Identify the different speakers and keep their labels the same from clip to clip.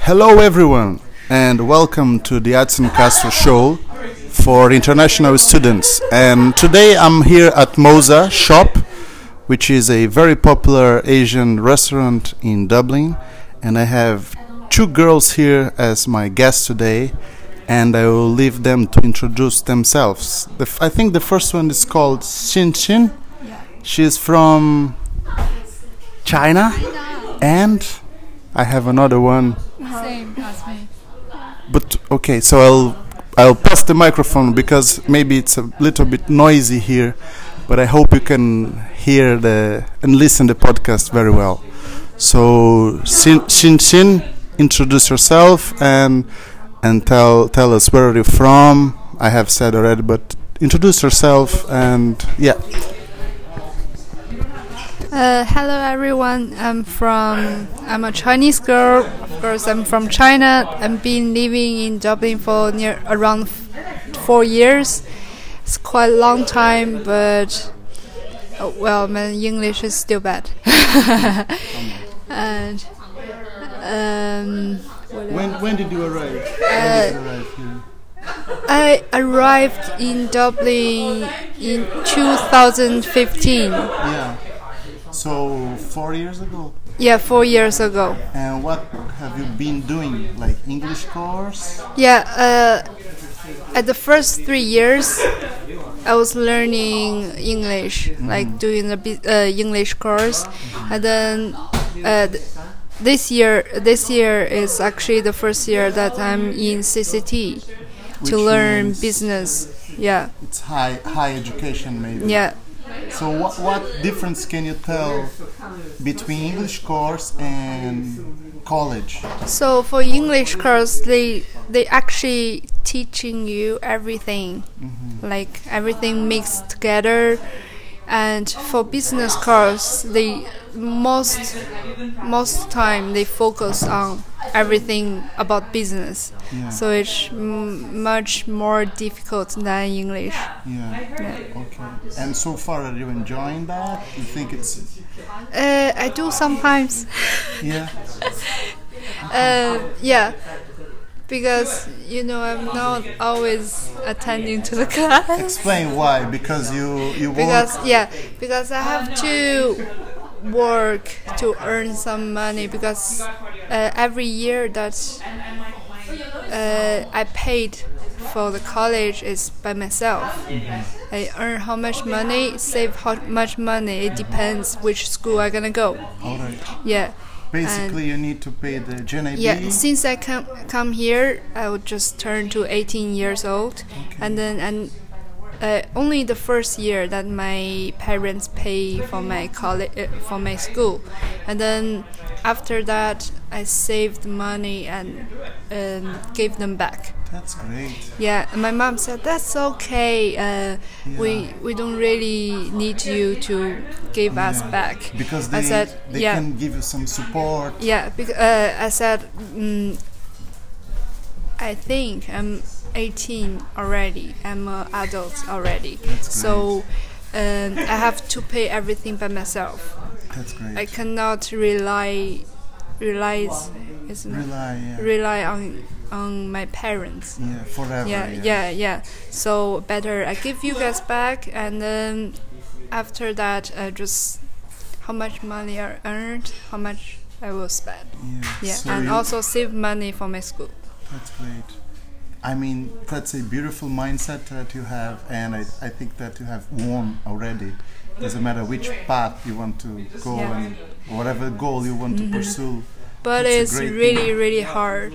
Speaker 1: Hello, everyone, and welcome to the Adson Castro Show for international students. And today I'm here at Moza Shop, which is a very popular Asian restaurant in Dublin. And I have two girls here as my guests today, and I will leave them to introduce themselves. The f- I think the first one is called Xin Xin. She's from China, and I have another one
Speaker 2: Same as me.
Speaker 1: but okay, so I'll I'll pass the microphone because maybe it's a little bit noisy here, but I hope you can hear the and listen the podcast very well. So Xin Xin, Xin introduce yourself and and tell tell us where are you from. I have said already, but introduce yourself and yeah.
Speaker 2: Uh, hello everyone. I'm from. I'm a Chinese girl. Of course, I'm from China. I've been living in Dublin for near around f- four years. It's quite a long time, but oh, well, my English is still bad. and um,
Speaker 1: When when did you arrive?
Speaker 2: I arrived in Dublin in 2015.
Speaker 1: Yeah. So four years ago.
Speaker 2: Yeah, four years ago.
Speaker 1: And what have you been doing? Like English course?
Speaker 2: Yeah, uh, at the first three years, I was learning English,
Speaker 1: Mm-hmm.
Speaker 2: like doing a bit, uh, English course, and then uh, th- this year, this year is actually the first year that I'm in CCT
Speaker 1: Which
Speaker 2: to learn
Speaker 1: means-
Speaker 2: business. Yeah,
Speaker 1: It's high high education maybe.
Speaker 2: yeah.
Speaker 1: So what what difference can you tell between English course and college?
Speaker 2: So for English course, they they actually teaching you everything, like everything mixed together. And for business course, they most most time they focus on everything about business.
Speaker 1: Yeah.
Speaker 2: So it's m- much more difficult than English.
Speaker 1: Yeah. Okay. And so far are you enjoying that? You think it's
Speaker 2: Uh, I do sometimes.
Speaker 1: yeah?
Speaker 2: Uh, yeah, because you know I'm not always attending to the class.
Speaker 1: Explain why because you you work
Speaker 2: because yeah because i have to work to earn some money because uh, every year that uh, i paid for the college is by myself i earn how much money save how much money it depends which school i'm gonna go
Speaker 1: Alright.
Speaker 2: yeah
Speaker 1: Basically you need to pay the GNAB.
Speaker 2: yeah, since I come come here, I would just turn to 18 years old, and then and uh, only the first year that my parents pay for my college uh, for my school, and then after that I saved money and um, gave them back.
Speaker 1: That's great.
Speaker 2: Yeah, and my mom said that's okay. Uh, We we don't really need you to give us back
Speaker 1: Because
Speaker 2: I
Speaker 1: they
Speaker 2: said,
Speaker 1: they
Speaker 2: yeah.
Speaker 1: can give you some support.
Speaker 2: Yeah, because uh, I said, mm, I think I'm 18 already. I'm an adult already. so um, I have to pay everything by myself.
Speaker 1: That's great.
Speaker 2: I cannot rely, rely, isn't it?
Speaker 1: Rely yeah. Mm,
Speaker 2: rely on on my parents.
Speaker 1: yeah, forever.
Speaker 2: Yeah, yeah, yeah. So better I give you guys back, and then after that, I just how much money I earned, how much I will spend. Yeah,
Speaker 1: So
Speaker 2: and
Speaker 1: you-
Speaker 2: also save money for my school.
Speaker 1: That's great. I mean, that's a beautiful mindset that you have, and I, I think that you have won already. Doesn't matter which path you want to go
Speaker 2: Yeah. Mm-hmm.
Speaker 1: and whatever goal you want to pursue.
Speaker 2: But
Speaker 1: That's a
Speaker 2: it's
Speaker 1: great
Speaker 2: really, really hard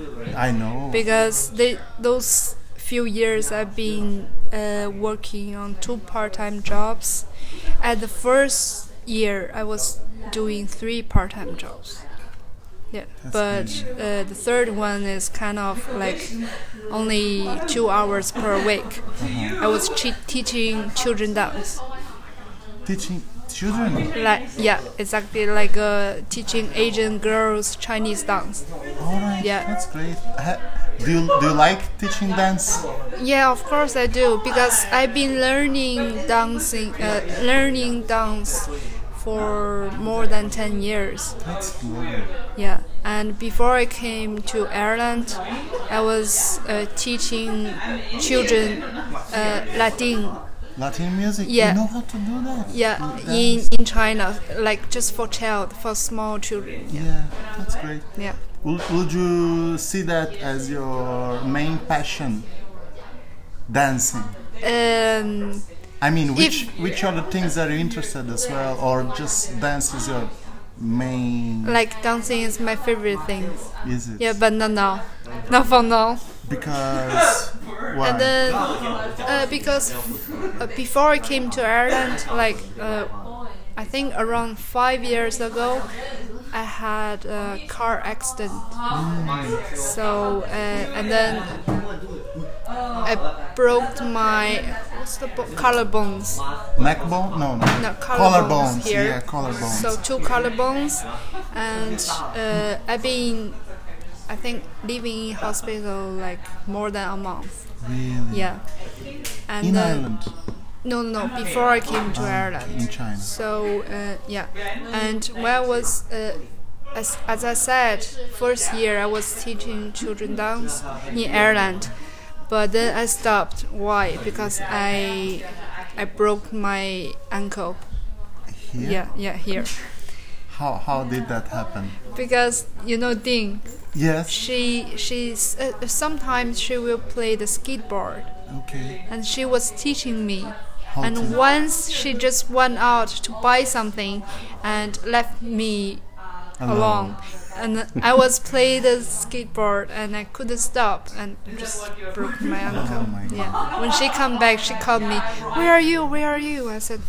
Speaker 1: I know.
Speaker 2: because they, those few years I've been uh, working on two part-time jobs. At the first year, I was doing three part-time jobs. Yeah, but uh, the third one is kind of like only two hours per week.
Speaker 1: Uh-huh.
Speaker 2: I was che- teaching children dance.
Speaker 1: Teaching children.
Speaker 2: Like yeah, exactly like uh, teaching Asian girls Chinese dance.
Speaker 1: All right.
Speaker 2: Yeah.
Speaker 1: That's great. Ha- do you, do you like teaching dance?
Speaker 2: Yeah, of course I do because I've been learning dancing, uh, learning dance for more than ten years.
Speaker 1: That's lovely.
Speaker 2: Yeah, And before I came to Ireland, I was uh, teaching children uh, Latin.
Speaker 1: Latin music.
Speaker 2: Yeah.
Speaker 1: You know how to do that.
Speaker 2: Yeah,
Speaker 1: That
Speaker 2: in,
Speaker 1: is-
Speaker 2: in China, like just for child, for small children. Yeah.
Speaker 1: yeah, that's great.
Speaker 2: yeah.
Speaker 1: Would, would you see that as your main passion? Dancing.
Speaker 2: Um,
Speaker 1: I mean, which which are the things that you're interested as well, or just dance is your main?
Speaker 2: like dancing is my favorite thing.
Speaker 1: Is it?
Speaker 2: Yeah, but not now. Not for now.
Speaker 1: Because why?
Speaker 2: And then, uh, because uh, before I came to Ireland, like uh, I think around five years ago, I had a car accident. So uh, and then I broke my what's the bo- collarbones.
Speaker 1: Neckbone? No, no.
Speaker 2: No, collarbones
Speaker 1: collarbones.
Speaker 2: here.
Speaker 1: Yeah, collarbones.
Speaker 2: So two collarbones, and uh, I've been, I think, living in hospital like more than a month.
Speaker 1: really.
Speaker 2: Yeah. And
Speaker 1: In
Speaker 2: then-
Speaker 1: Ireland,
Speaker 2: No, no, no. Before I came to Ireland.
Speaker 1: in China.
Speaker 2: So uh, yeah, and when I was uh, as, as I said, first year I was teaching children dance in Ireland, but then I stopped. Why? Because I I broke my ankle.
Speaker 1: Here?
Speaker 2: Yeah, yeah, here.
Speaker 1: How how did that happen?
Speaker 2: Because you know Ding,
Speaker 1: Yes.
Speaker 2: she she's uh, sometimes she will play the skateboard,
Speaker 1: Okay.
Speaker 2: and she was teaching me.
Speaker 1: How
Speaker 2: and
Speaker 1: to-
Speaker 2: once she just went out to buy something and left me alone,
Speaker 1: Alone.
Speaker 2: and i was playing the skateboard and i couldn't stop and just broke my ankle
Speaker 1: Oh my God.
Speaker 2: yeah when she come back she called me where are you where are you i said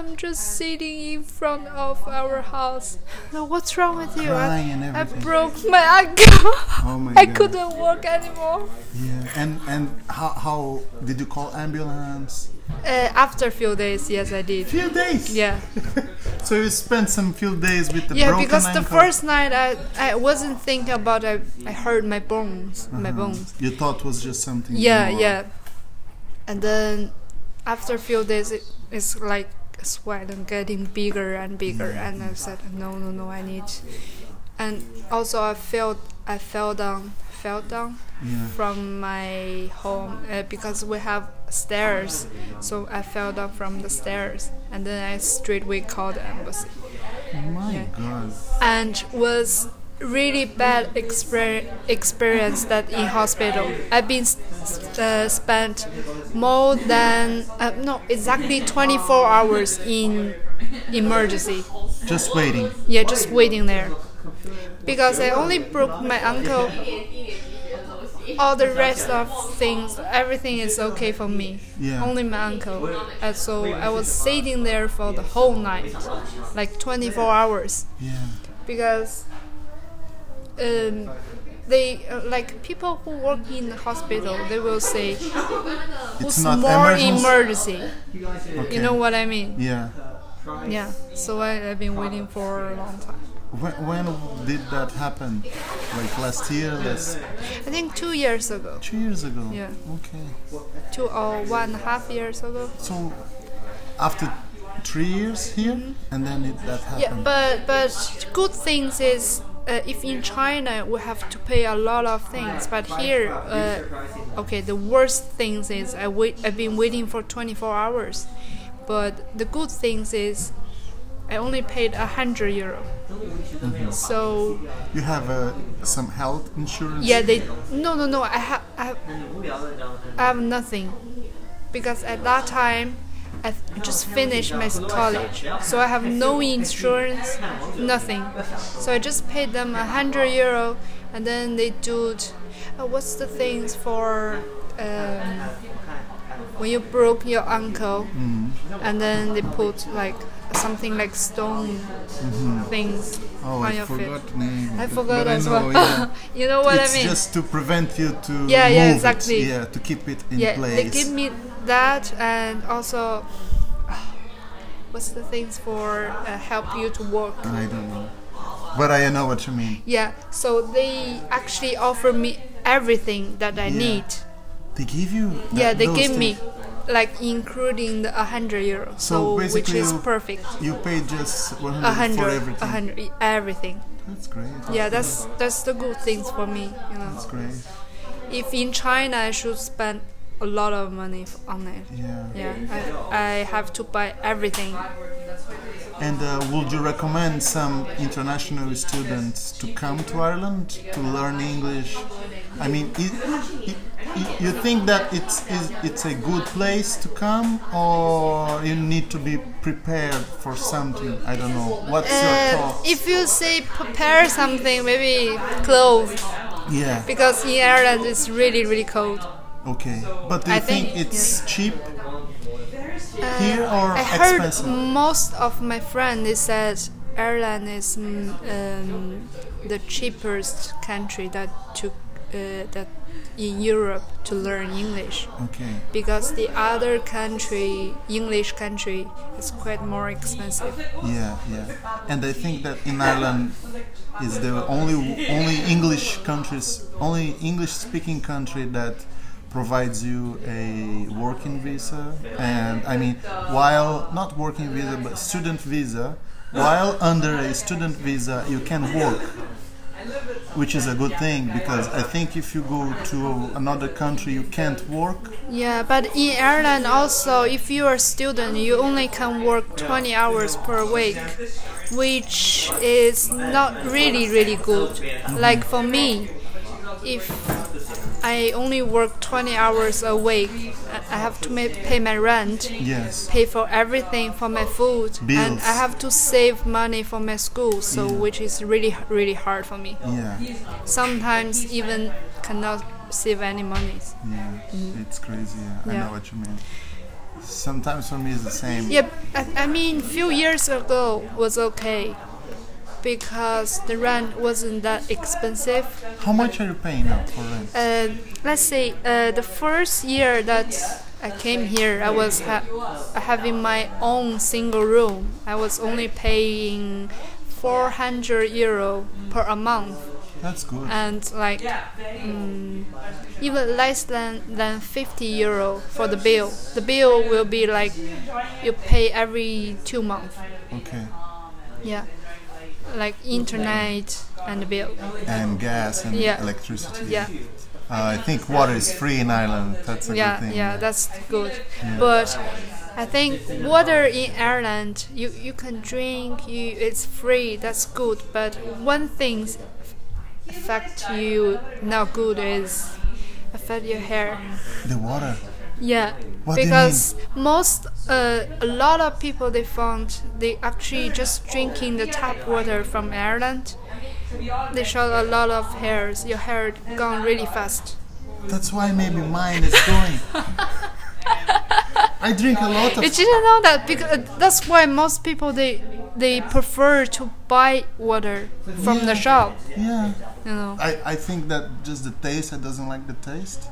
Speaker 2: I'm just sitting in front of our house. No, what's wrong with you?
Speaker 1: Crying and
Speaker 2: I, I
Speaker 1: everything.
Speaker 2: broke my ankle.
Speaker 1: Oh my
Speaker 2: I
Speaker 1: God.
Speaker 2: couldn't walk anymore.
Speaker 1: Yeah. And and how how did you call ambulance?
Speaker 2: Uh, after a few days, yes, I did.
Speaker 1: Few days.
Speaker 2: Yeah.
Speaker 1: So you spent some few days with the
Speaker 2: Yeah,
Speaker 1: broken
Speaker 2: because the
Speaker 1: ankle.
Speaker 2: first night I, I wasn't thinking about I, I hurt my bones, my bones.
Speaker 1: Mm. You thought was just something.
Speaker 2: Yeah,
Speaker 1: Uh-huh. more.
Speaker 2: yeah. And then after a few days, it, it's like sweat and getting bigger and bigger.
Speaker 1: Mm.
Speaker 2: And I said, no, no, no, I need. And also I felt I fell down, fell down
Speaker 1: Yeah.
Speaker 2: from my home uh, because we have stairs. So I fell down from the stairs, and then I straightway called the embassy
Speaker 1: My God.
Speaker 2: and was really bad exper- experience that in hospital i've been s- s- uh, spent more than uh, no exactly 24 hours in emergency
Speaker 1: Just waiting.
Speaker 2: yeah just waiting there because i only broke my ankle all the rest of things everything is okay for me
Speaker 1: Yeah.
Speaker 2: only my ankle and so i was sitting there for the whole night like 24 hours
Speaker 1: Yeah.
Speaker 2: because um, they uh, like people who work in the hospital they will say
Speaker 1: It's
Speaker 2: who's
Speaker 1: not
Speaker 2: more
Speaker 1: emergency.
Speaker 2: emergency
Speaker 1: Okay.
Speaker 2: you know what i mean
Speaker 1: Yeah.
Speaker 2: yeah so I, i've been waiting for a long time
Speaker 1: When, when did that happen? Like last year, last
Speaker 2: i think two years ago
Speaker 1: two years ago.
Speaker 2: Yeah.
Speaker 1: Okay.
Speaker 2: two or one and a half years ago
Speaker 1: So after three years here, and then it, that
Speaker 2: Mm-hmm. yeah
Speaker 1: happened.
Speaker 2: but but good things is uh, if in china we have to pay a lot of things but here uh, okay the worst things is I wait, i've been waiting for 24 hours but the good things is i only paid 100 euro so
Speaker 1: you have uh, some health insurance.
Speaker 2: yeah they no no no i have I, have- I have nothing because at that time i th- just finished my college so i have no insurance nothing so i just paid them a hundred euro and then they do uh, what's the things for um, when you broke your ankle
Speaker 1: Mm-hmm.
Speaker 2: and then they put like something like stone things
Speaker 1: Oh, I
Speaker 2: on your feet
Speaker 1: forgot name. of
Speaker 2: I
Speaker 1: it,
Speaker 2: forgot
Speaker 1: but
Speaker 2: as
Speaker 1: I know,
Speaker 2: well.
Speaker 1: yeah.
Speaker 2: you know what
Speaker 1: it's
Speaker 2: I mean?
Speaker 1: just to prevent you to
Speaker 2: Yeah, yeah,
Speaker 1: move it,
Speaker 2: exactly.
Speaker 1: yeah to keep it in
Speaker 2: yeah,
Speaker 1: place
Speaker 2: they give me that and also what's the things for uh, help you to work?
Speaker 1: I don't know but I know what you mean
Speaker 2: Yeah, so they actually offer me everything that I
Speaker 1: Yeah.
Speaker 2: need.
Speaker 1: they give you that-
Speaker 2: yeah, they
Speaker 1: those
Speaker 2: give
Speaker 1: things.
Speaker 2: me like including the 100 euros,
Speaker 1: So
Speaker 2: so, which
Speaker 1: basically
Speaker 2: is
Speaker 1: you-
Speaker 2: perfect.
Speaker 1: You pay just 100,
Speaker 2: A
Speaker 1: for
Speaker 2: hundred, a
Speaker 1: everything.
Speaker 2: hundred, e- everything.
Speaker 1: That's great.
Speaker 2: Yeah, that's that's the good things for me. You know,
Speaker 1: That's great.
Speaker 2: if in China I should spend a lot of money f- on it.
Speaker 1: Yeah.
Speaker 2: Yeah, I, I have to buy everything.
Speaker 1: And uh, would you recommend some international students to come to Ireland to learn English? I mean, i- i- i- you think that it's is, it's a good place to come, or you need to be prepared for something? I don't know. What's your
Speaker 2: Uh,
Speaker 1: thoughts?
Speaker 2: if you say prepare something, maybe clothes,
Speaker 1: yeah.
Speaker 2: because in Ireland it's really really cold.
Speaker 1: Okay. But do you
Speaker 2: I
Speaker 1: think,
Speaker 2: think-
Speaker 1: it's
Speaker 2: yeah.
Speaker 1: cheap here or
Speaker 2: Uh, I heard
Speaker 1: expensive?
Speaker 2: most of my friends they said Ireland is mm, um, the cheapest country that to uh, that in Europe to learn English
Speaker 1: okay.
Speaker 2: because the other country English country is quite more expensive.
Speaker 1: Yeah, yeah. And I think that in Ireland is the only only English countries only English speaking country that provides you a working visa and I mean while not working visa but student visa while under a student visa you can work which is a good thing because I think if you go to another country you can't work
Speaker 2: Yeah, but in Ireland also, if you are a student, you only can work 20 hours per week, which is not really really good. Like for me, if I only work 20 hours a week, I- I have to ma- pay my rent,
Speaker 1: yes
Speaker 2: pay for everything for my food, and
Speaker 1: Bills.
Speaker 2: I have to save money for my school, so which is really really hard for me.
Speaker 1: yeah
Speaker 2: Sometimes even cannot save any money.
Speaker 1: Yeah, it's crazy. Yeah. I
Speaker 2: Mm-hmm. Yeah.
Speaker 1: know what you mean. Sometimes for me it's the same.
Speaker 2: Yeah, I, I mean, few years ago was okay because the rent wasn't that expensive.
Speaker 1: How much are you paying now for rent?
Speaker 2: Uh, let's say uh, the first year that I came here, I was ha- having my own single room. I was only paying 400 euro per a month
Speaker 1: That's good.
Speaker 2: and like mm, even less than than 50 euro for the bill the bill will be like you pay every two months
Speaker 1: Okay.
Speaker 2: yeah like internet and the bill
Speaker 1: And gas and
Speaker 2: Yeah.
Speaker 1: electricity.
Speaker 2: yeah
Speaker 1: Uh, I think water is free in Ireland. That's a good
Speaker 2: yeah
Speaker 1: thing.
Speaker 2: yeah that's good but i think water in ireland you you can drink you it's free that's good but one thing affect you not good is affect your hair
Speaker 1: The water.
Speaker 2: Yeah,
Speaker 1: What do you
Speaker 2: because most uh, a lot of people they found they actually just drinking the tap water from Ireland. They shot a lot of hairs. Your hair gone really fast.
Speaker 1: That's why maybe mine is going. I drink a lot of.
Speaker 2: You didn't know that because that's why most people they they prefer to buy water from the shop.
Speaker 1: yeah.
Speaker 2: You know.
Speaker 1: I, I think that just the taste. I doesn't like the taste.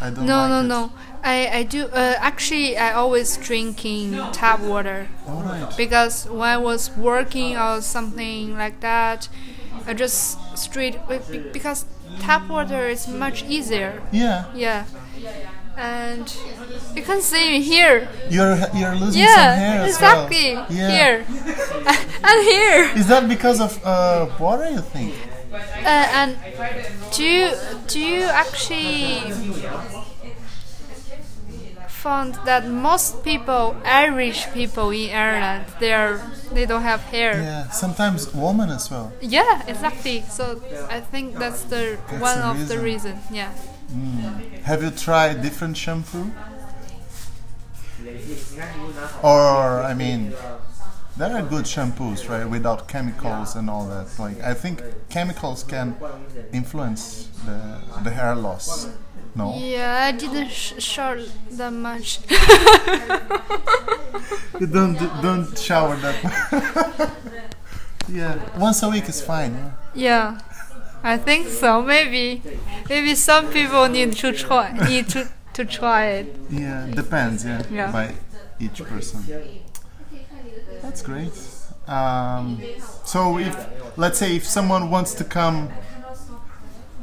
Speaker 1: I don't
Speaker 2: No,
Speaker 1: like
Speaker 2: no,
Speaker 1: it.
Speaker 2: no. I I do. Uh, actually, I always drinking tap water.
Speaker 1: All right.
Speaker 2: because when I was working or something like that, I just straight be- because tap water is much easier.
Speaker 1: Yeah.
Speaker 2: Yeah, and you can see here.
Speaker 1: You're you're losing some hair as
Speaker 2: Yeah,
Speaker 1: well.
Speaker 2: exactly
Speaker 1: Yeah.
Speaker 2: here and here.
Speaker 1: Is that because of uh, water, you think?
Speaker 2: Uh, and do you do you actually found that most people, Irish people in Ireland, they are they don't have hair.
Speaker 1: Yeah, sometimes woman as well.
Speaker 2: Yeah, exactly. So I think that's the one
Speaker 1: the
Speaker 2: of the
Speaker 1: reason.
Speaker 2: reason. Yeah.
Speaker 1: Have you tried different shampoo? Or, I mean, there are good shampoos, right? Without chemicals and all that. Like, I think chemicals can influence the, the hair loss. No?
Speaker 2: Yeah, I didn't sh- shower that much.
Speaker 1: You don't, don't shower that much. yeah, once a week is fine. Yeah.
Speaker 2: yeah, I think so. Maybe, maybe some people need to try need to to try it.
Speaker 1: Yeah, depends. Yeah,
Speaker 2: Yeah.
Speaker 1: by each person. That's great. Um, so if let's say if someone wants to come,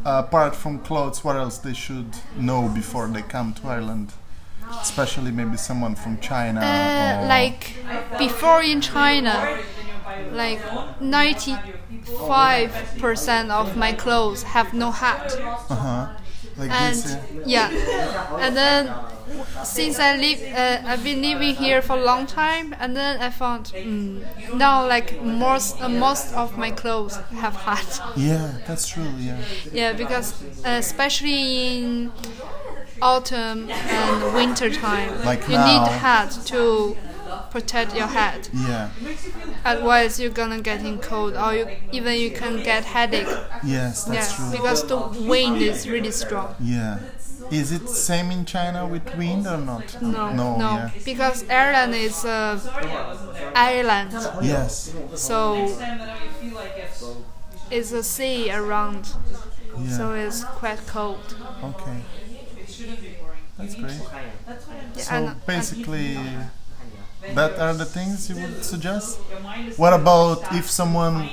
Speaker 1: apart from clothes, what else they should know before they come to Ireland? especially maybe someone from China?
Speaker 2: Uh,
Speaker 1: or-
Speaker 2: like before in China, like 95% of my clothes have no hat.
Speaker 1: uh-huh. like
Speaker 2: And
Speaker 1: this. uh,
Speaker 2: yeah, and then since I live, uh, I've been living here for a long time, and then I found mm, now like most uh, most of my clothes have hat.
Speaker 1: yeah, that's true. Yeah,
Speaker 2: Yeah, because uh, especially in autumn and winter time,
Speaker 1: Like
Speaker 2: you
Speaker 1: now.
Speaker 2: need hat to protect your head.
Speaker 1: yeah,
Speaker 2: Otherwise, you're gonna getting cold, or you, even you can get headache.
Speaker 1: yes, that's
Speaker 2: yeah,
Speaker 1: true.
Speaker 2: because the wind is really strong.
Speaker 1: Yeah, is it same in China with wind or not?
Speaker 2: No,
Speaker 1: no,
Speaker 2: no,
Speaker 1: yeah,
Speaker 2: because Ireland is a island,
Speaker 1: yes,
Speaker 2: so it's a sea around,
Speaker 1: yeah.
Speaker 2: so it's quite cold.
Speaker 1: Okay. That's great.
Speaker 2: Yeah,
Speaker 1: So
Speaker 2: and-
Speaker 1: basically, that are the things you would suggest. What about if someone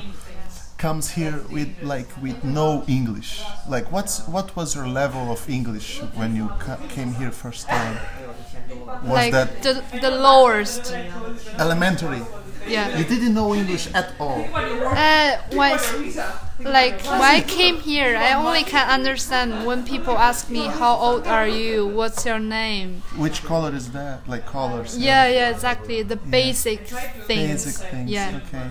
Speaker 1: comes here with like with no English? Like, what's what was your level of English when you ca- came here first time? Was
Speaker 2: like
Speaker 1: that
Speaker 2: the the lowest,
Speaker 1: elementary?
Speaker 2: yeah.
Speaker 1: You didn't know English at all.
Speaker 2: Uh, when, like when I came here, I only can understand when people ask me how old are you, what's your name.
Speaker 1: Which color is that? Like colors?
Speaker 2: Yeah, yeah, exactly. The basic things.
Speaker 1: Basic things.
Speaker 2: Yeah.
Speaker 1: Okay.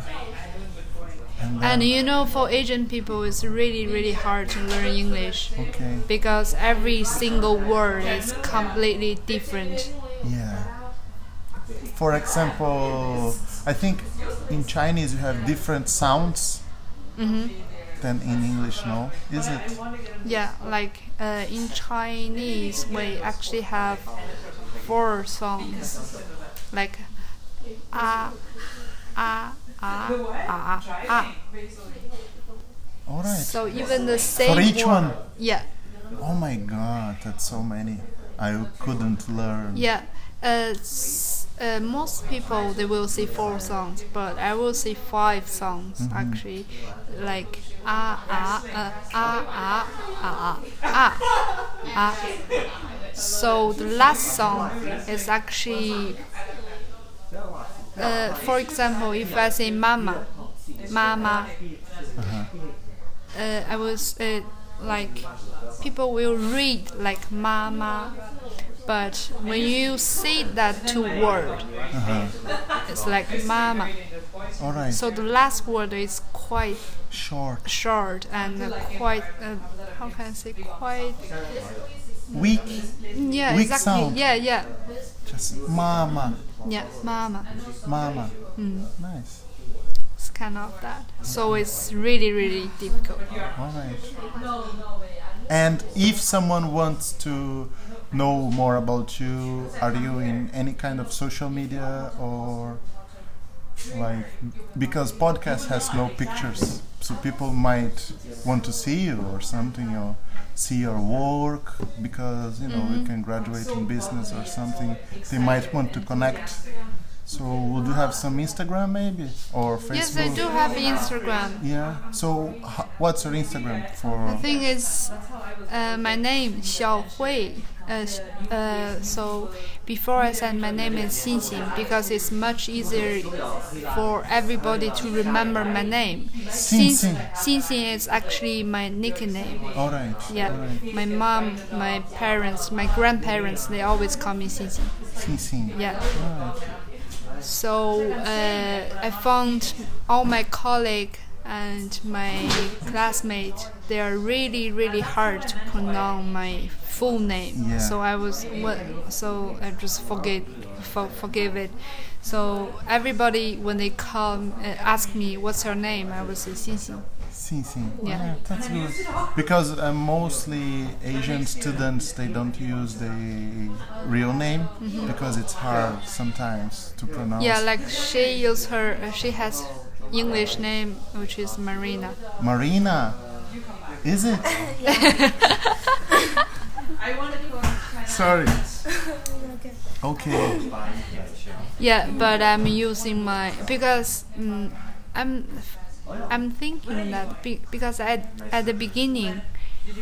Speaker 1: And then,
Speaker 2: And you know, for Asian people, it's really, really hard to learn English
Speaker 1: okay.
Speaker 2: because every single word is completely different.
Speaker 1: Yeah. For example, I think in Chinese you have different sounds
Speaker 2: Mm-hmm.
Speaker 1: than in English, no? Is it?
Speaker 2: Yeah, like uh, in Chinese, we actually have four songs, like ah, ah, ah, ah, ah.
Speaker 1: Alright.
Speaker 2: So even the same
Speaker 1: For each
Speaker 2: word-
Speaker 1: one.
Speaker 2: Yeah.
Speaker 1: Oh my god, that's so many. I couldn't learn.
Speaker 2: Yeah, uh, s- uh, most people they will see four songs, but I will see five songs actually, like ah ah uh, ah ah ah ah ah ah. So the last song is actually, uh, for example, if I say mama, mama, uh, I was uh, like people will read like mama, but when you say that two word,
Speaker 1: Uh-huh.
Speaker 2: it's like mama.
Speaker 1: Alright.
Speaker 2: So the last word is quite
Speaker 1: Short.
Speaker 2: short and quite uh, how can I say quite
Speaker 1: Weak.
Speaker 2: yeah
Speaker 1: Weak
Speaker 2: exactly
Speaker 1: sound.
Speaker 2: yeah yeah
Speaker 1: Just mama.
Speaker 2: yeah mama. Hmm,
Speaker 1: Mama. Nice.
Speaker 2: It's kind of that. So it's really really difficult.
Speaker 1: Alright. And if someone wants to know more about you, are you in any kind of social media or like because podcast has no pictures, so people might want to see you or something or see your work because you know you
Speaker 2: Mm-hmm.
Speaker 1: can graduate in business or something. They might want to connect. So would you have some Instagram maybe or Facebook?
Speaker 2: Yes, I do have Instagram.
Speaker 1: Yeah. So, h- what's your Instagram for?
Speaker 2: I think it's uh, my name Xiao Hui. Uh, sh- uh, so before I said my name is Xinxin because it's much easier for everybody to remember my name.
Speaker 1: Xinxin.
Speaker 2: Xinxin is actually my nickname.
Speaker 1: all right. All
Speaker 2: Yeah,
Speaker 1: right.
Speaker 2: my mom, my parents, my grandparents, they always call me Xinxin.
Speaker 1: Sim, sim.
Speaker 2: Yeah. So uh, I found all my colleague and my classmate. They are really, really hard to pronounce my full name.
Speaker 1: Yeah.
Speaker 2: So I was what? So I just forget, for, forgive it. So everybody, when they come uh, ask me what's your name, I will say Xinxin.
Speaker 1: Sim, sim.
Speaker 2: Yeah.
Speaker 1: All right, That's good. Because uh, mostly Asian students they don't use the real name because it's hard sometimes to pronounce.
Speaker 2: Mm-hmm. Yeah, like she use her. Uh, she has English name which is Marina.
Speaker 1: Marina, is it? Sorry. Okay.
Speaker 2: Yeah, but I'm using my because mm, I'm I'm thinking that be, because at at the beginning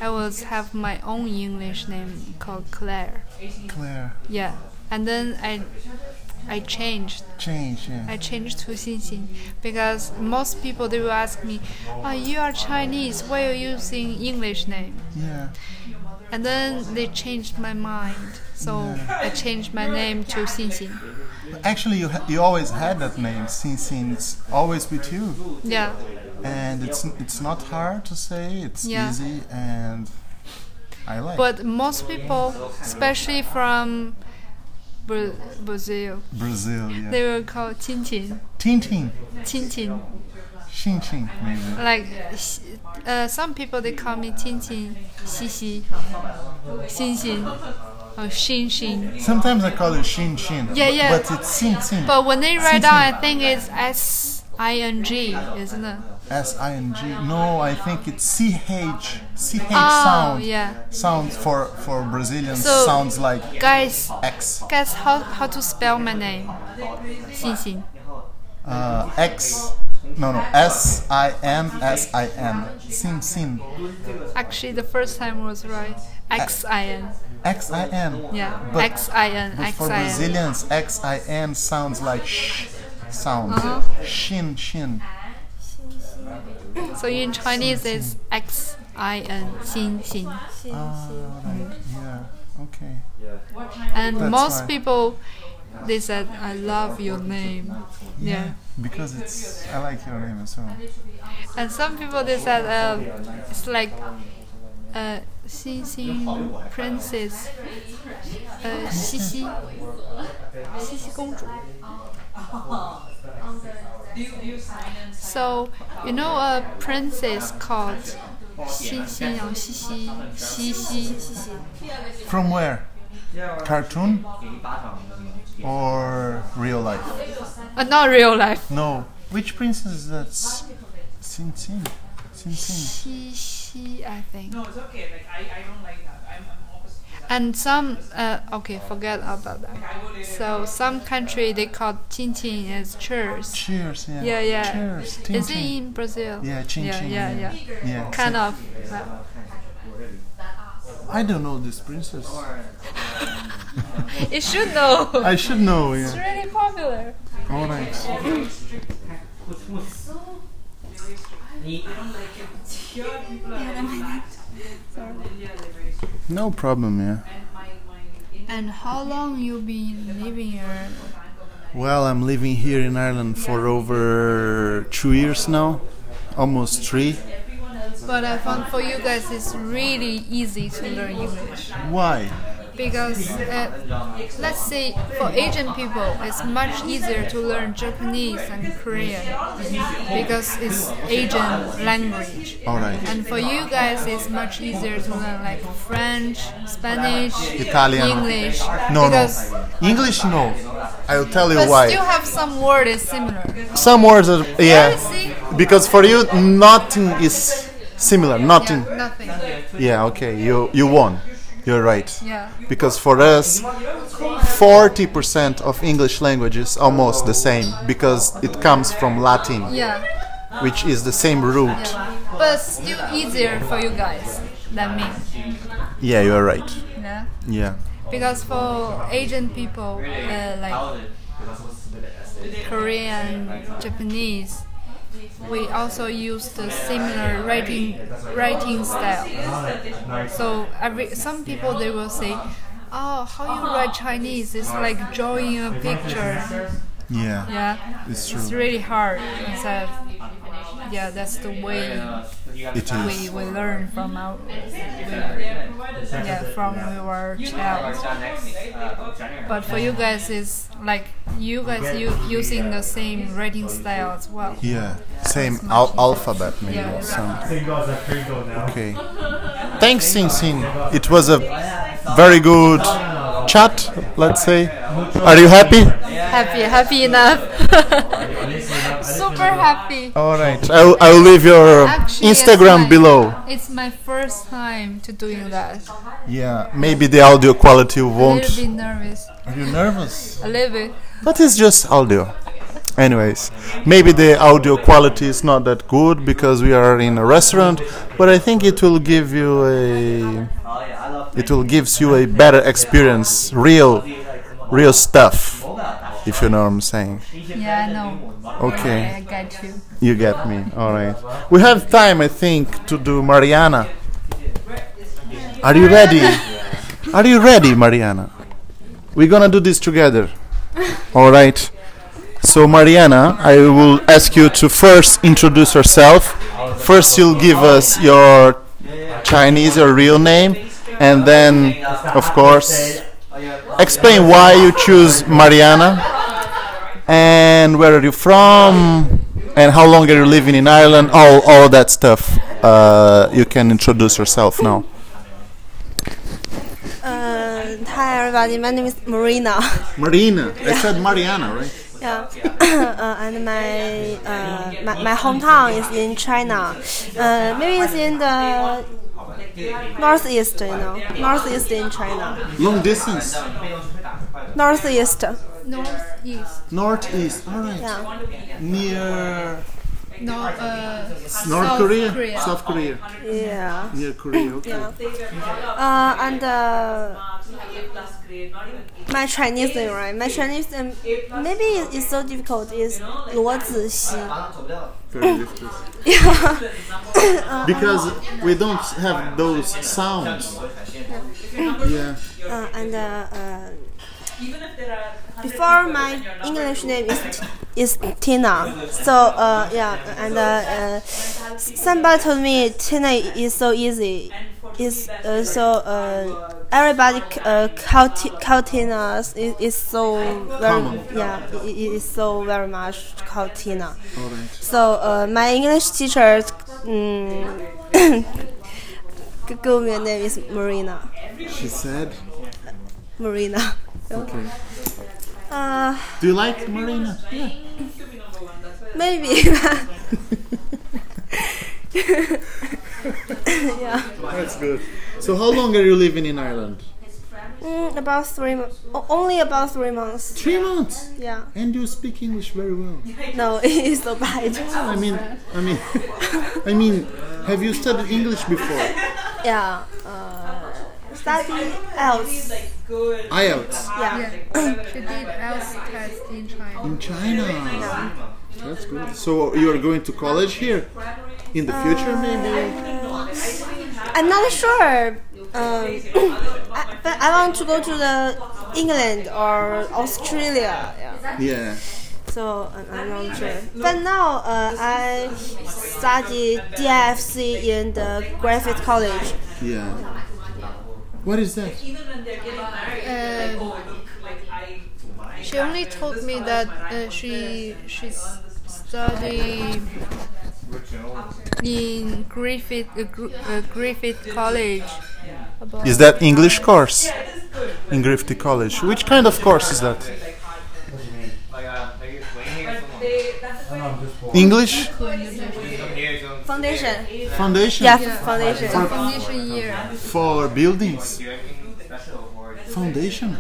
Speaker 2: I was have my own English name called Claire.
Speaker 3: Claire.
Speaker 2: Yeah, and then I I changed.
Speaker 3: Change, yeah.
Speaker 2: I changed to Xinxin because most people they will ask me, oh, "You are Chinese. Why are you using English name?"
Speaker 3: yeah.
Speaker 2: And then they changed my mind, so I changed my name to Xinxin.
Speaker 3: Actually, you, ha- you always had that name, Sin Sin. It's always with you.
Speaker 2: Yeah,
Speaker 3: And it's it's not hard to say, it's
Speaker 2: Yeah.
Speaker 3: easy, and I like
Speaker 2: but most people, especially from Bra- Brazil,
Speaker 3: Brazil, yeah.
Speaker 2: they will call Tintin,
Speaker 3: Tintin.
Speaker 2: Tintin.
Speaker 3: Xin Xin, maybe.
Speaker 2: Like uh, some people they call me Tintin, Xixi, Xinxin, or Xinxin.
Speaker 3: Sometimes I call it Xin Xin.
Speaker 2: Yeah,
Speaker 3: bu-
Speaker 2: yeah.
Speaker 3: But it's Xin Xin.
Speaker 2: But when they
Speaker 3: Xinxin.
Speaker 2: write down, I think it's S I N G, isn't it?
Speaker 3: S I N G. No, I think it's C H. C H
Speaker 2: Oh,
Speaker 3: sound.
Speaker 2: yeah.
Speaker 3: Sounds for for Brazilians
Speaker 2: So-
Speaker 3: sounds like
Speaker 2: Guys,
Speaker 3: X.
Speaker 2: guess how how to spell my name? Xinxin.
Speaker 3: Uh, X. No, no. S I N S I N. Sim Sim.
Speaker 2: Actually, the first time was right. X I N.
Speaker 3: X I N.
Speaker 2: Yeah.
Speaker 3: But-
Speaker 2: X I N.
Speaker 3: But
Speaker 2: X
Speaker 3: for
Speaker 2: I N.
Speaker 3: Brazilians, X I N sounds like sh sound.
Speaker 2: Uh-huh.
Speaker 3: Shin Shin.
Speaker 2: So in Chinese, it's X I N. Xinxin.
Speaker 3: Alright, Ah, Yeah. Okay.
Speaker 2: And
Speaker 3: That's
Speaker 2: most
Speaker 3: why.
Speaker 2: people, they said, "I love your name." Yeah.
Speaker 3: Because it's I like your name as well.
Speaker 2: And some people they said, um, "It's like, uh, Xin Xin Princess, uh, Xi Xi, Xi Xi 公主." So you know a princess called Xin Xin or Xi Xi Xi Xi.
Speaker 3: From where? Cartoon
Speaker 1: Uh,
Speaker 3: or real life?
Speaker 2: Uh, not real life.
Speaker 3: No. Which princess is that? S- Sin Sin. Sin Sin.
Speaker 2: Xi Xi, I think.
Speaker 4: No, it's okay. Like I, I don't like that. I'm, I'm opposite. to that.
Speaker 2: And some, uh, okay, forget about that. So some country they call Tintin as cheers.
Speaker 3: Cheers, yeah.
Speaker 2: Yeah, yeah.
Speaker 3: Cheers. Chin
Speaker 2: Is it
Speaker 3: chin.
Speaker 2: in Brazil?
Speaker 3: Yeah, chin
Speaker 2: yeah,
Speaker 3: chin.
Speaker 2: yeah, yeah.
Speaker 3: yeah.
Speaker 2: Kind
Speaker 3: so-
Speaker 2: of. but-
Speaker 3: I don't know this princess.
Speaker 2: It should know.
Speaker 3: I should know,
Speaker 2: It's
Speaker 3: yeah.
Speaker 2: really popular.
Speaker 3: Alright. No problem, yeah.
Speaker 2: And how long you been living here?
Speaker 1: Well, I'm living here in Ireland for over two years now, almost three.
Speaker 2: But I found for you guys it's really easy to learn English
Speaker 1: Why?
Speaker 2: because uh, let's say for Asian people it's much easier to learn Japanese and Korean because it's Asian language.
Speaker 1: All right.
Speaker 2: And for you guys, it's much easier to learn like French, Spanish,
Speaker 1: Italian.
Speaker 2: English.
Speaker 1: No, no.
Speaker 2: because,
Speaker 1: English, no. I'll tell you
Speaker 2: But
Speaker 1: why.
Speaker 2: still have some word is similar.
Speaker 1: Some words are, yeah.
Speaker 2: see?
Speaker 1: Because for you, nothing is similar. Nothing.
Speaker 2: Yeah, nothing.
Speaker 1: Yeah, okay. You you won. You're right.
Speaker 2: Yeah.
Speaker 1: Because for us, 40% of English language is almost the same because it comes from Latin,
Speaker 2: Yeah.
Speaker 1: which is the same root.
Speaker 2: But still easier for you guys than me.
Speaker 1: Yeah, you're right.
Speaker 2: Yeah.
Speaker 1: Yeah.
Speaker 2: Because for Asian people, uh, like Korean, Japanese, we also use the similar writing writing style. So every, some people they will say, "Oh, how you write Chinese? It's like drawing a picture."
Speaker 3: Yeah,
Speaker 2: Yeah,
Speaker 3: it's
Speaker 2: it's
Speaker 3: true.
Speaker 2: really hard. It's a, yeah, that's the way
Speaker 1: It
Speaker 2: we,
Speaker 1: is.
Speaker 2: we learn from our yeah from we were child. But for you guys, it's like you guys u- using the same writing style as well.
Speaker 1: Yeah. Same al- alphabet, maybe.
Speaker 2: Yeah.
Speaker 1: or something.
Speaker 5: You guys are pretty good now.
Speaker 1: Okay. Thanks, Sin Sin. It was a very good chat, let's say. Are you happy?
Speaker 2: Happy, happy enough. Super happy.
Speaker 1: All right. I'll, I'll leave your
Speaker 2: Actually, it's
Speaker 1: Instagram
Speaker 2: fine.
Speaker 1: below.
Speaker 2: It's my first time to doing that.
Speaker 3: Yeah.
Speaker 1: Maybe the audio quality
Speaker 2: A
Speaker 1: won't.
Speaker 2: little bit nervous.
Speaker 3: Are you nervous?
Speaker 2: A little bit.
Speaker 1: But it's just audio. Anyways, maybe the audio quality is not that good because we are in a restaurant, but I think it will give you a it will gives you a better experience, real real stuff, if you know what I'm saying.
Speaker 5: Yeah, I know.
Speaker 1: Okay.
Speaker 5: I got you.
Speaker 1: You get me. All right. We have time, I think, to do Mariana. Are you ready? Are you ready, Mariana? We're gonna do this together. All right. So, Mariana, I will ask you to first introduce yourself. First, you'll give us your Chinese, your real name, and then, of course, explain why you choose Mariana and where are you from and how long are you living in Ireland? All, all that stuff. Uh, you can introduce yourself now.
Speaker 6: Uh, hi everybody, my name is Marina.
Speaker 1: Marina, I said Mariana, right?
Speaker 6: Yeah, uh, and my, uh, my my hometown is in China. Uh, maybe it's in the northeast, you know, northeast in China,
Speaker 3: Long distance,
Speaker 6: northeast.
Speaker 2: northeast,
Speaker 3: northeast, all right,
Speaker 6: Yeah,
Speaker 3: near
Speaker 2: no, uh,
Speaker 3: North
Speaker 2: South
Speaker 3: Korea?
Speaker 2: Korea.
Speaker 3: South Korea,
Speaker 6: yeah,
Speaker 3: near Korea. Okay.
Speaker 6: yeah. Uh, and uh, my Chinese name, right? My Chinese name maybe it- it's so difficult. Is Luo Zixi.
Speaker 3: Very difficult. because we don't have those sounds. Yeah.
Speaker 6: Uh, and uh, uh, before my English name is is Tina. So uh, yeah, and uh, uh, somebody told me Tina is so easy. Is uh, so uh, everybody c- uh, call, t- call Tina is, is so very
Speaker 3: Common.
Speaker 6: yeah i- i- is so very much called Tina.
Speaker 3: All right.
Speaker 6: So uh, my English teacher, um, Google my name is Marina.
Speaker 3: She said.
Speaker 6: Marina.
Speaker 3: Okay.
Speaker 6: Uh,
Speaker 3: Do you like Marina? Yeah.
Speaker 6: maybe.
Speaker 3: That's good. So how long are you living in Ireland?
Speaker 6: mm, about three months. only about three months.
Speaker 3: Three months.
Speaker 6: Yeah.
Speaker 3: And you speak English very well.
Speaker 6: No, it's so bad.
Speaker 3: I mean, I mean, I mean, have you studied English before?
Speaker 6: Yeah. Uh, study else.
Speaker 3: IELTS
Speaker 6: Yeah.
Speaker 2: she did else test in China.
Speaker 3: in China. That's good. So you are going to college here in the future, maybe?
Speaker 6: I'm not sure. Um, I, but I want to go to the England or Australia. Yeah.
Speaker 3: Yeah.
Speaker 6: So I'm, I'm not sure. But now uh, I study DFC in the Griffith College.
Speaker 3: Yeah. What is that?
Speaker 2: She only told me that uh, she she's study in Griffith uh, Gr- uh, Griffith College. About
Speaker 1: Is that English course in Griffith College? Which kind of course is that? English
Speaker 6: Foundation.
Speaker 3: Foundation
Speaker 6: Yeah, foundation.
Speaker 2: foundation year?
Speaker 3: for buildings. Foundation.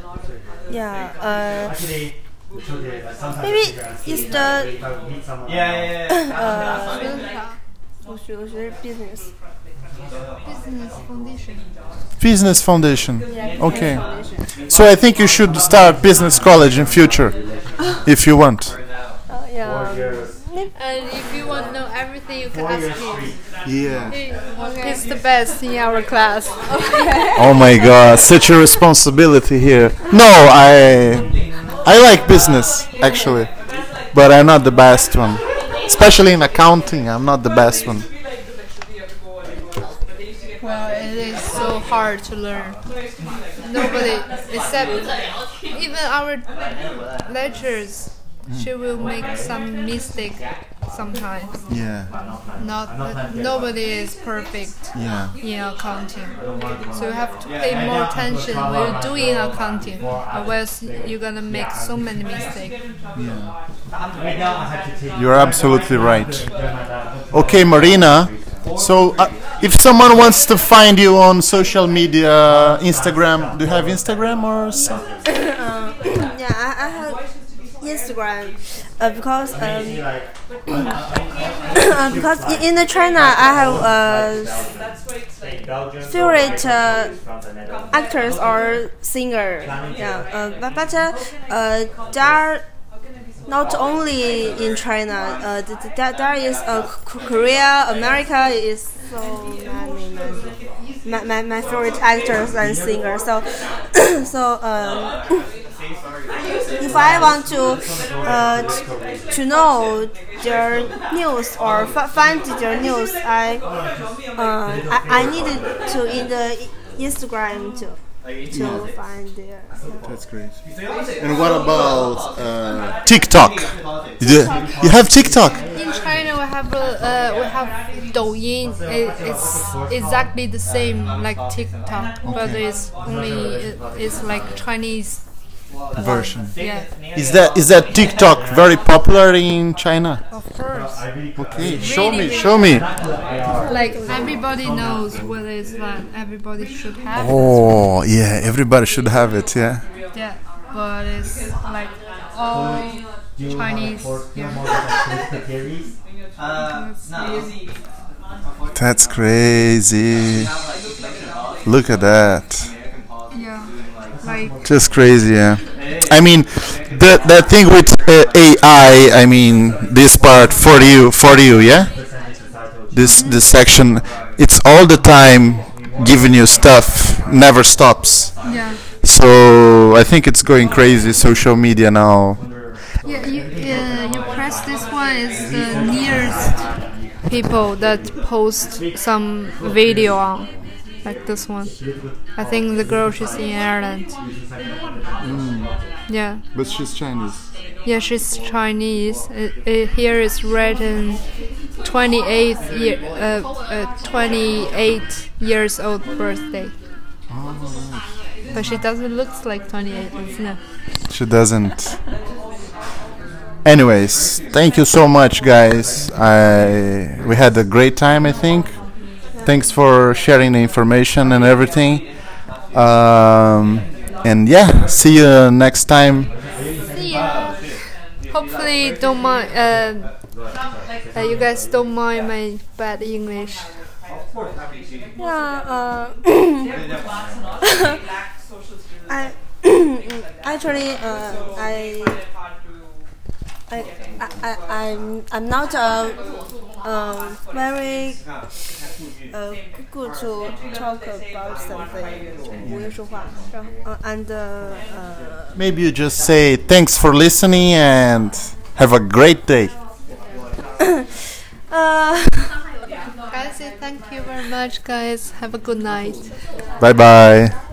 Speaker 6: Yeah. Uh, maybe it's the business.
Speaker 2: Business foundation.
Speaker 1: business foundation. Okay. So I think you should start business college in future, if you want.
Speaker 6: Oh, yeah.
Speaker 2: And if you want to know everything, you can ask him.
Speaker 3: Yeah.
Speaker 2: He's the best in our class.
Speaker 1: Oh my God, such a responsibility here. No, I I like business actually, but I'm not the best one. Especially in accounting, I'm not the best one.
Speaker 2: Well, it is so hard to learn. Nobody, except even our lectures, she will make some mistake sometimes.
Speaker 3: Yeah.
Speaker 2: Not that nobody is perfect
Speaker 3: Yeah.
Speaker 2: in accounting, so you have to pay more attention when you do in accounting, or else you're gonna make so many mistakes.
Speaker 1: You're absolutely right. Okay, Marina. So, uh, if someone wants to find you on social media,
Speaker 6: Uh,
Speaker 1: Instagram, do you have Instagram or? So?
Speaker 6: Yeah, I, I have. In Instagram uh, because um, uh, because in, in the China I have uh, favorite uh, actors or singer. Yeah, uh, but, but uh, uh, there are not only in China. Uh, th- th- there, there is uh, K- Korea, America is so many, many. My, my, my favorite actors and singers. So so um, if I want to uh, t- to know their news or f- find their news, I uh, I, I need to in the Instagram to to find their.
Speaker 3: That's great. And what about uh,
Speaker 1: TikTok. You you have TikTok.
Speaker 2: In China, we have a, uh, we have Douyin. It, it's exactly the same like TikTok, but it's only it's like Chinese
Speaker 1: Version.
Speaker 2: Yeah,
Speaker 1: Is that is that TikTok very popular in China?
Speaker 2: of course.
Speaker 1: Okay, show me, show me.
Speaker 2: Like everybody knows what is that. Everybody should have.
Speaker 1: Oh yeah, everybody should have it. Yeah.
Speaker 2: it. Yeah, but it's like all Chinese. Yeah.
Speaker 1: That's crazy. Look at that.
Speaker 2: yeah. Like
Speaker 1: Just crazy, yeah. I mean, the the thing with uh, AI. I mean, this part for you, for you, yeah. This this section, it's all the time giving you stuff, never stops.
Speaker 2: yeah.
Speaker 1: So I think it's going crazy. Social media now.
Speaker 2: Yeah, you, uh, you press this one is the nearest people that post some video on, like this one. I think the girl she's in Ireland. Mm. Yeah,
Speaker 1: But she's Chinese.
Speaker 2: yeah, she's Chinese. Uh, uh, here is written 28 year, uh, uh, 28 years old birthday. But she doesn't look like 28, isn't it?
Speaker 1: She doesn't. Anyways, thank you so much, guys. I we had a great time. I think. Thanks for sharing the information and everything. Um, and yeah, see you next time.
Speaker 2: Yeah. Hopefully, don't mind. Uh, uh, you guys don't mind my bad English.
Speaker 6: Yeah, uh, I actually uh, I, I I I I'm I'm not a um, very uh, good to talk about something 不会说话，然后 uh, and uh, uh,
Speaker 1: Maybe you just say thanks for listening and have a great day.
Speaker 6: uh,
Speaker 2: Guys, thank you very much, guys. Have a good night.
Speaker 1: Bye bye.